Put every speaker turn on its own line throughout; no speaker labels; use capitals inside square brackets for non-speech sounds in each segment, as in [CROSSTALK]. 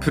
プ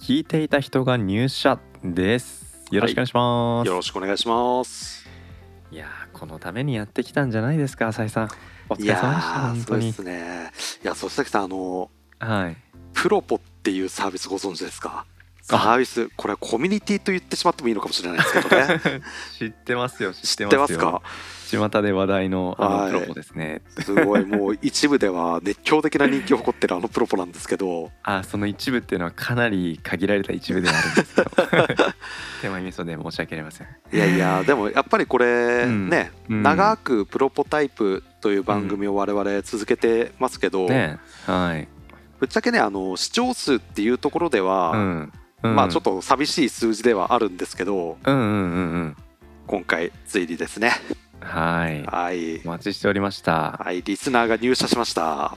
聞いていた人が入社ですよろしくお願いします、
よろしくお願いします。
い、やーこのためにやってきたんじゃないですか浅井さんお疲
い
れ様で
や
した
ー、
本
すご
当
いで
に
すね。いや、そしてさん、あの、
はい
プロポっていうサービスご存知ですかサービス、これはコミュニティと言ってしまってもいいのかもしれないですけ
[LAUGHS]
どね。
[LAUGHS] 知ってますよ知
知
って
っ
ま
て
すよ
ますか
巷で話題のあ
は
の
い
プロポですね
すごい、もう一部では熱狂的な人気を誇ってるあのプロポなんですけど、
あその一部っていうのはかなり限られた一部ではあるん
[LAUGHS]
ですけど手前味噌で申し訳ありません
いやいや、でもやっぱりこれ、
うん
ね、
うん
長くプロポタイプという番組を我々続けてますけど、
ねはい
ぶっちゃけね、あの、視聴数っていうところで
う
は、
ん、うん、
まあちょっ
と
と寂しい数字ではあるんですけど、
うんうんうんうん
今回ついにですね
はい
はい
お待ちしておりました
はいリスナーが入社しました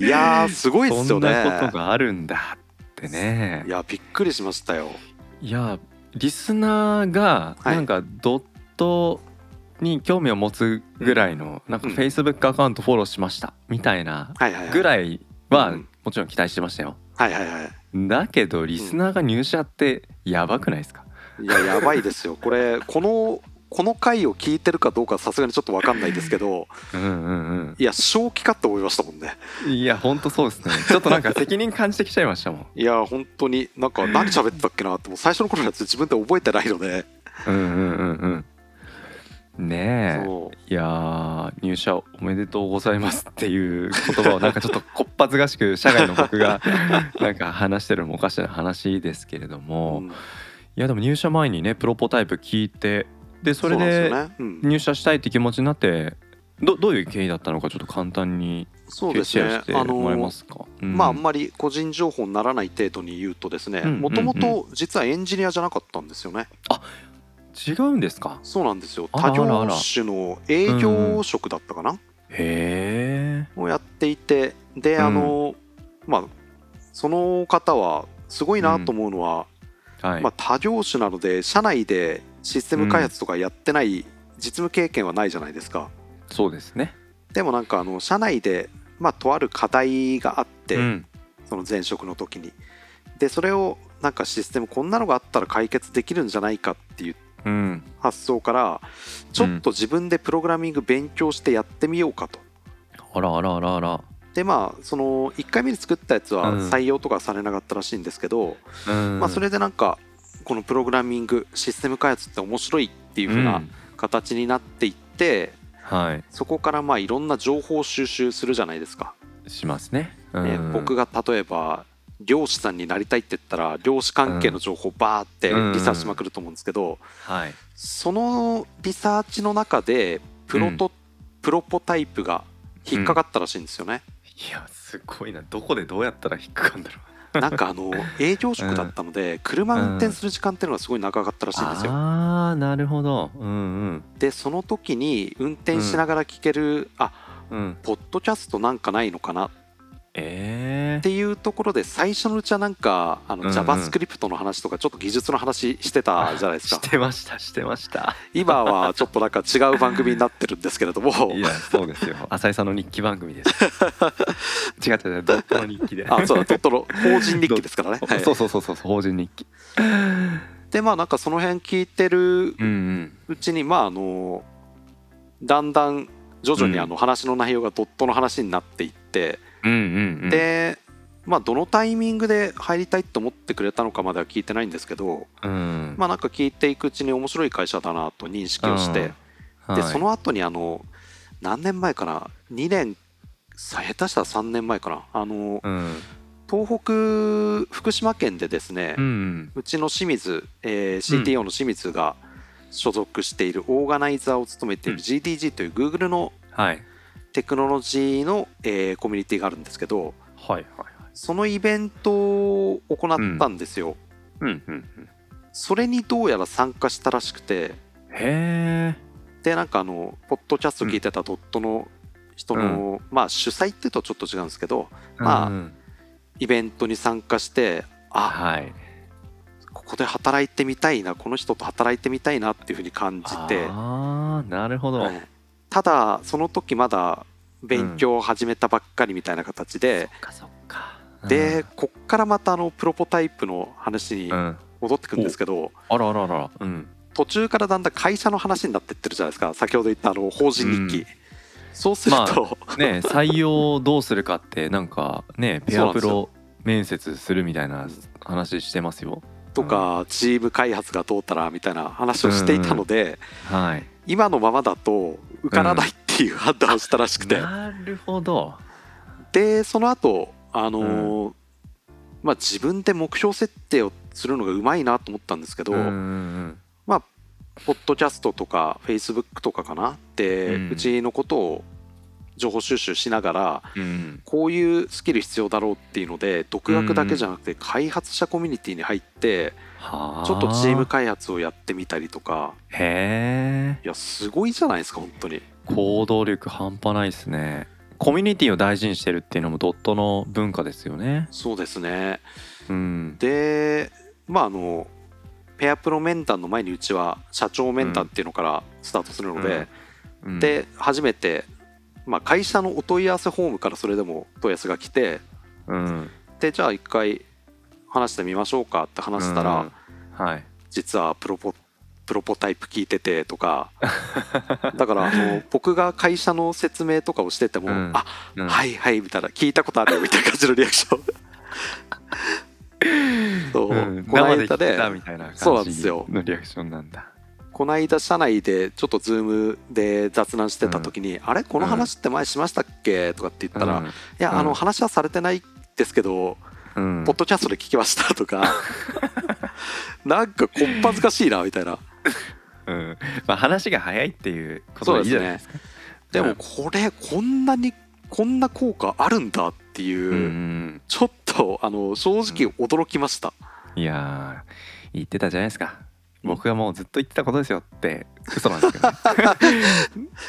いやーすごいです
そ
よ
ん
ね
なことがあるんだってね
いやびっくりしましたよ
いやリスナーが
はい
なんかドットに興味を持つぐらいの、なんか
うん
Facebook アカウントフォローしましたみたいな
はいはいはい
ぐらいは
うん
もちろん期待してましたよ。
はいはいは
だけどリスナーが入社ってやばくないですか、
いいややばいですよこれこのこの回を聞いてるかどうかさすがにちょっと分かんないですけど
うん、うん
いや正気かって思いましたもんね
うんいやほんとそうですねちょっとなんか責任感じてきちゃいましたもん。
いや本当になんか何喋ってたっけなってもう最初の頃のやつ自分で覚えてないので、
うんうんうんうん、ねえ
そう
いやー入社おめでとうございますっていう言葉をなんかちょっとこっぱずかしく社外の僕が [LAUGHS] なんか話してるのもおかしな話ですけれども、
うん
いやでも入社前にねプロポタイプ聞いてでそれ
う
で
なんですよねうん
入社したいって気持ちになってどどういう経緯だったのかちょっと簡単に
そうです
シェア
ね
して
あ
もらえ
の
ますか。うん
まあ、あんまり個人情報にならない程度に言うとですね
うん
もとも
うん
と実はエンジニアじゃなかったんですよね
違うんですか
そうなんですよ
あら
他
あ
業
らあら
種の営業職だったかな
へえ。
をやっていてであのまあその方はすごいなと思うのは
はい。
まあ他業種なので社内でシステム開発とかやってない実務経験はないじゃないですか
そうですね。
でもなんかあの社内でまあとある課題があって、
うん
その前職の時にでそれをなんかシステムこんなのがあったら解決できるんじゃないかっていう
うん
発想からちょっと自分でプログラミング勉強してやってみようかと、
あらあらあらあら。
でまあその1回目に作ったやつは
うん
採用とかされなかったらしいんですけど、
うん
まあ、それでなんかこのプログラミングシステム開発って面白いっていう風
う
なん形になっていって、
はい。
そこからまあいろんな情報収集するじゃないですか、
しますね。うん
ね僕が例えば漁師さんになりたいって言ったら漁師関係の情報バーってリサーチしまくると思うんですけど
はい。
そのリサーチの中でプロト、プロポタイプが引っかかったらしいんですよね、
いやすごいなどこでどうやったら引っかかんだろう。
なんかあの営業職だったので車運転する時間っていうのがすごい長かったらしいんですよ
ああなるほど。うん
でその時に運転しながら聞ける、あ
うんうん。
ポッドキャストなんかないのかなっ
え
ていうところで最初のうちはなんかあ
うんう
の
ん
JavaScript の話とかちょっと技術の話してたじゃな
え
いですか
してましたしてました。
今はちょっとなんか違う番組になってるんですけれども
[LAUGHS] いやそうですよ。浅井さんの日記番組です。 [LAUGHS] 違う違う違うドットの日記で。
あそうだトットの法人日記ですからね、はい
[LAUGHS] そうそうそうそう法人日記。
でまあなんかその辺聞いてる
うんうん。
うちにまああのだんだん徐々にあの話の内容がドットの話になっていって、
うんうんうん、
でまあどのタイミングで入りたいと思ってくれたのかまでは聞いてないんですけど
うん
まあなんか聞いていくうちに面白い会社だなと認識をして、
はい
でその後にあの何年前かな2年さ下手したら3年前かなあの
うん
東北福島県でですね、
う
うんちの清水、えー CTO の清水が所属しているオーガナイザーを務めてい
う
る
ん
GDG という Google の
はい
テクノロジーの、えーコミュニティがあるんですけど
はいはいはい。
そのイベントを行ったんですよ、
うんうんうん
それにどうやら参加したらしくて
へえ
でなんかあのポッドキャスト聞いてたドットの人の、まあ主催っていうとちょっと違うんですけどまあ
うん
イベントに参加してあ
はい
ここで働いてみたいなこの人と働いてみたいなっていうふうに感じて、
ああなるほど、
はいただその時まだ勉強を始めたばっかりみたいな形で、
そっかそっか
でこっからまたあのプロポタイプの話に
うん、うん
戻ってくるんですけど、
あらあらあらうん
途中からだんだん会社の話になってってるじゃないですか先ほど言ったあの法人日記、
うん
そうすると、 [LAUGHS]
ね採用どうするかってなんかねペアプ
そう
ロ面接するみたいな話してますよ
とかチーム開発がどうたらみたいな話をしていたので、
はい
今のままだと受からないっていう判断をしたらしくて、
なるほど
でその後あのーまあ自分で目標設定をするのがうまいなと思ったんですけど、
うんうん
まあポッドキャストとかフェイスブックとかかなって、
う
うんちのことを情報収集しながら
うんうん
こういうスキル必要だろうっていうので独学だけじゃなくて開発者コミュニティに入って
はあ
ちょっとチーム開発をやってみたりとか
へえ
いやすごいじゃないですか本当に
行動力半端ないですねコミュニティを大事にしてるっていうのもドットの文化ですよね
そうですね
うん
でまああのペアプロ面談の前にうちは社長面談っていうのからスタートするので、
うん
で初めて、まあ、会社のお問い合わせフォームからそれでも問い合わせが来て
うん
でじゃあ一回話してみましょうかって話したら、
うんはい
実はプロポプロポタイプ聞いててとかだからあの僕が会社の説明とかをしてても「
うん
あ
うん
はいはい」みたいな「聞いたことあるよ」みたいな感じのリアクショ
[LAUGHS]
ンそう、
うん
この
生で聞
間で
いたみたいな感じ
そうなんですよ
のリアクションなんだ
この間社内でちょっとズームで雑談してた時に「あれこの話って前しましたっけ?」とかって言ったら「
う
い
ん
やあの話はされてないですけど、
うんうん
ポッドキャストで聞きました」
[LAUGHS]
とかなんかこっぱずかしいなみたいな
うんまあ話が早いっていうこ
そ
と
う
で
で
いいじ
す
ゃないで
ね
すか
でもこれこんなにこんな効果あるんだっていう、
うんうん
ちょっとあの正直驚きました、
うんいやー言ってたじゃないですか僕がもうずっと言ってたことですよって嘘なんですけど
[LAUGHS]
ね、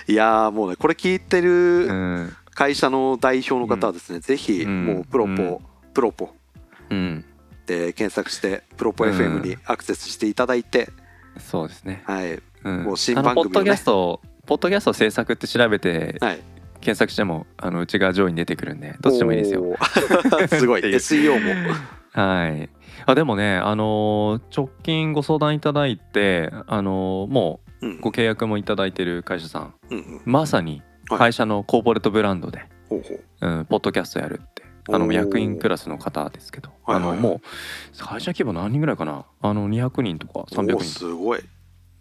いやーもうねこれ聞いて
う
る
ん
会社の代表の方はですね、ぜひ
うん
もうプロポ、
うん
プロポ
うん、
で検索してプロポ
うん
FM にアクセスしていただいて、
そうですね
はい
うん
もう新番組
あのポ
をね
ッドキャストポッドキャスト制作って調べて
はい
検索してもあのうちが上位に出てくるんでどっちでもいいですよ
おー [LAUGHS] すごい
っていう
SEO も
はいあでもねあのー直近ご相談いただいてあのーも
う
うんご契約もいただいてる会社さん
うんうん
まさに会社のコーポレートブランドで、
ほうほう
うん、ポッドキャストやるってあ
お
の
ー
役員クラスの方ですけど、
はいはいはい
あのもう会社規模何人ぐらいかなあの200人とか300
おー
人とか、
すごい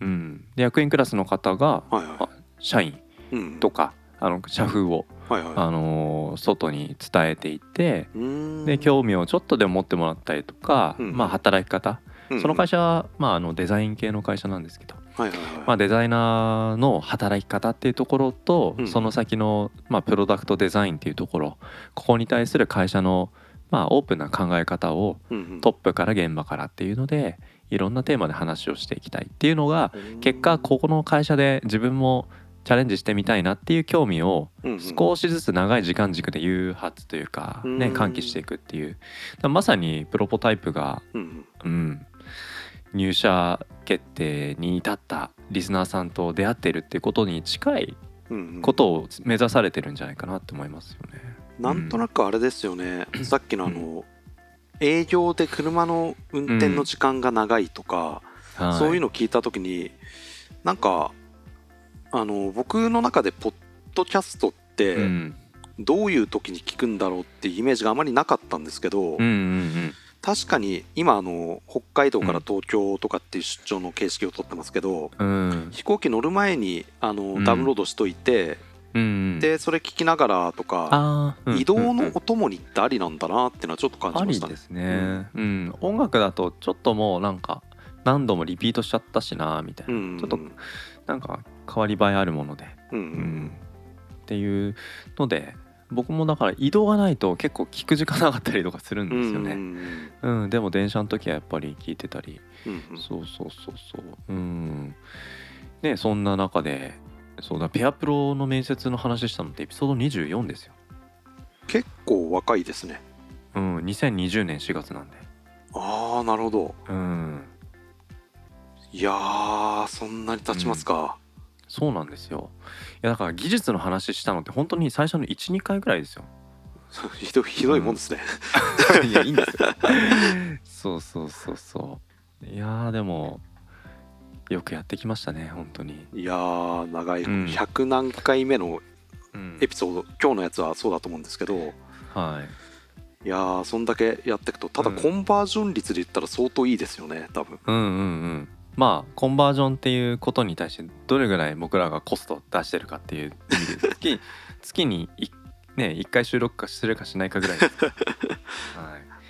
うん、で役員クラスの方が
はいは
あ社員
いうん
とかあの社風を、
はいは
あのー外に伝えていて
いうん
で興味をちょっとでも持ってもらったりとか、
うん
まあ、働き方、
うん
その会社は、まあ、あのデザイン系の会社なんですけど、
はいはいはい、
まあ、デザイナーの働き方っていうところと、
うん
その先の、まあ、プロダクトデザインっていうところここに対する会社の、まあ、オープンな考え方を
うんうん
トップから現場からっていうのでいろんなテーマで話をしていきたいっていうのが結果ここの会社で自分もチャレンジしてみたいなっていう興味を
うんうん
少しずつ長い時間軸で誘発というか、ね、
うん
喚起していくっていうだからまさにプロポタイプが
うん
う
うん
ん、入社決定に至ったリスナーさんと出会っているっていうことに近い
うんうん
ことを目指されてるんじゃないかなって思いますよね。
なんとなくあれですよね、さっきのあの、営業で車の運転の時間が長いとか、
は
そういう
う
の聞いた時になんかあの僕の中でポッドキャストって
ん
どういう時に聞くんだろうっていうイメージがあまりなかったんですけ
う
ど、
んうん
確かに今あの北海道から東京とかっていう出張の形式をとってますけど、
うんうん
飛行機乗る前にあの、
ん
ダウンロードしといて
うん
でそれ聞きながらとか、
あーうん
移動
うんう
の
ん
お供にってありなんだなっていうのはちょっと感じ
あ
ま
り
した
で
ね。
すね、うん音楽だとちょっともうなんか何度もリピートしちゃったしなみたいな、
うん
ちょっと
うん
なんか変わり映えあるもので、
う
うん
ん
っていうので僕もだから移動がないと結構聞く時間なかったりとかするんですよ
うん
ね、うんでも電車の時はやっぱり聞いてたり
うんうん
そうそうそうそううんねそんな中でそうだペアプロの面接の話したのってエピソード24ですよ
結構若いですね
うん2020年4月なんで
ああなるほど
うん
いやーそんなに経ちますか、
そうなんですよいやだから技術の話したのって本当に最初の12回ぐらいですよ
[LAUGHS] ひどいひどいもんですね、
いやいいんですよそうそうそうそういやーでもよくやってきましたね本当に、
いやー長い、
うん
100何回目の
うん
エピソード今日のやつはそうだと思うんですけど
はい
いやーそんだけやっていくとただ
うん
コンバージョン率で言ったら相当いいですよね多分
うんうんうんまあコンバージョンっていうことに対してどれぐらい僕らがコストを出してるかっていう意味で [LAUGHS] 月月にいね、1回収録かするかしないかぐらいです、はい、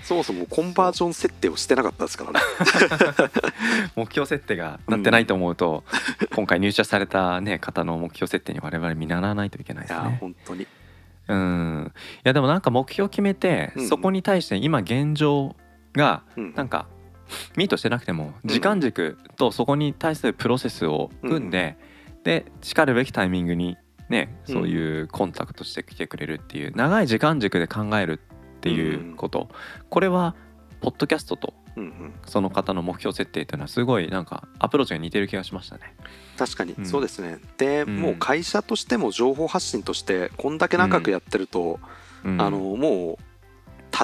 そもそもコンバージョン設定をしてなかったですからね
目標設定がなってないと思うと、今回入社された、ね、方の目標設定に我々見習わないといけない
い
です
やー
ね。
本当に
うんいやでもなんか目標決めて、
うん
そこに対して今現状が
うん
なんかミートしてなくても時間軸とそこに対するプロセスを組んで、でしかるべきタイミングにね
うん
そういうコンタクトしてきてくれるっていう長い時間軸で考えるっていうこと、これはポッドキャストと
うんうん
その方の目標設定っていうのはすごいなんかアプローチが似てる気がしましたね。
確かに、
うん
そうですねで、
うん
もう会社としても情報発信としてこんだけ長くやってると、
うん
あのもう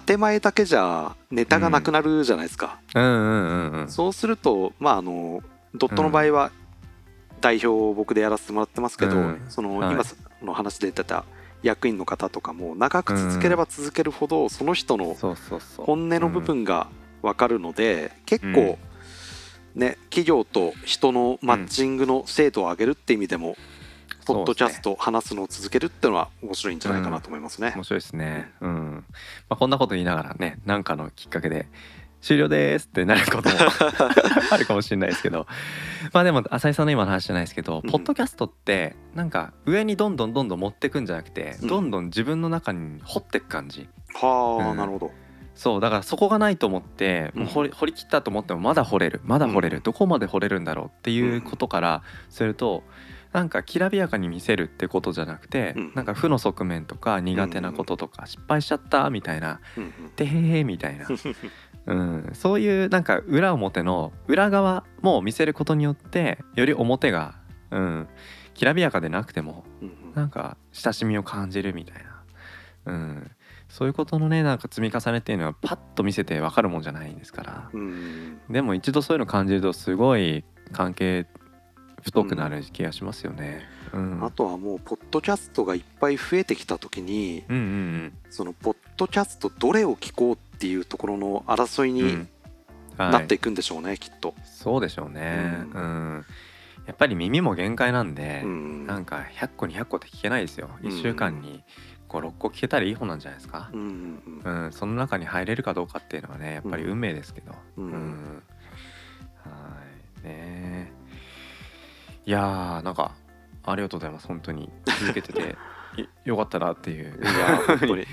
建前だけじゃネタがなくなるじゃないですか、
うんうんうんうん
そうするとまああのドットの場合は代表を僕でやらせてもらってますけど、
うん
その
はい
今の話で出てた役員の方とかも長く続ければ続けるほどその人の
そうそうそう
本音の部分が分かるので結構ね企業と人のマッチングの精度を上げるって意味でもポッドキャスト話すのを続けるっていうのは面白いんじゃないかなと思いますね。
面白いですね。うん。まあ、こんなこと言いながらね、なんかのきっかけで終了ですってなること
[LAUGHS]
もあるかもしれないですけど、まあでも浅井さんの今の話じゃないですけど、
うん
ポッドキャストってなんか上にどんどんどんどん持ってくんじゃなくて、
うん
どんどん自分の中に掘ってく感じ。
は
う
あ
ん
なるほど。
そうだからそこがないと思ってもう掘り掘り切ったと思ってもまだ掘れるまだ掘れる、どこまで掘れるんだろうっていうことからするとなんかきらびやかに見せるってことじゃなくて、
うん
なんか負の側面とか苦手なこととか失敗しちゃったみたいな
うんうん
「てへへ」みたいな、うん、そういうなんか裏表の裏側も見せることによってより表が、うん、きらびやかでなくても
うんう
なんんか親しみを感じるみたいな、うん、そういうことのねなんか積み重ねっていうのはパッと見せてわかるもんじゃないんですから
うん
でも一度そういうの感じるとすごい関係太くなる気がしますよね。うん、
あとはもうポッドキャストがいっぱい増えてきた時に
うんうん
そのポッドキャストどれを聞こうっていうところの争い
うんう
に
んはい
なっていくんでしょうね、きっと。
そうでしょうね、う
うん
やっぱり耳も限界なんで、
うん
なんか100個200個って聞けないですよ
うん
1週間に56個聞けたらいい方なんじゃないですか
う、んうん
うんその中に入れるかどうかっていうのはねやっぱり運命ですけど、
うん
はいねえいやーなんかありがとうございます本当に続けてていよかったなっていう
うん、いや本
[LAUGHS]
当に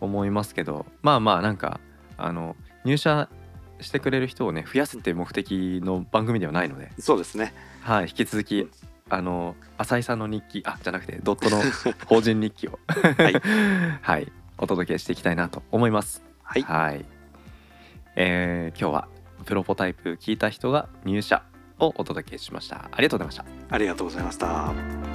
思いますけどまあまあなんかあの入社してくれる人をね増やすっていう目的の番組ではないので、
そうですね。
はい、引き続きあの浅井さんの日記あじゃなくてドットの法人日記を [LAUGHS] はいい、お届けしていきたいなと思います。
はい、
えー今日はプロポタイプ聞いた人が入社をお届けしました。ありがとうございました。
ありがとうございました。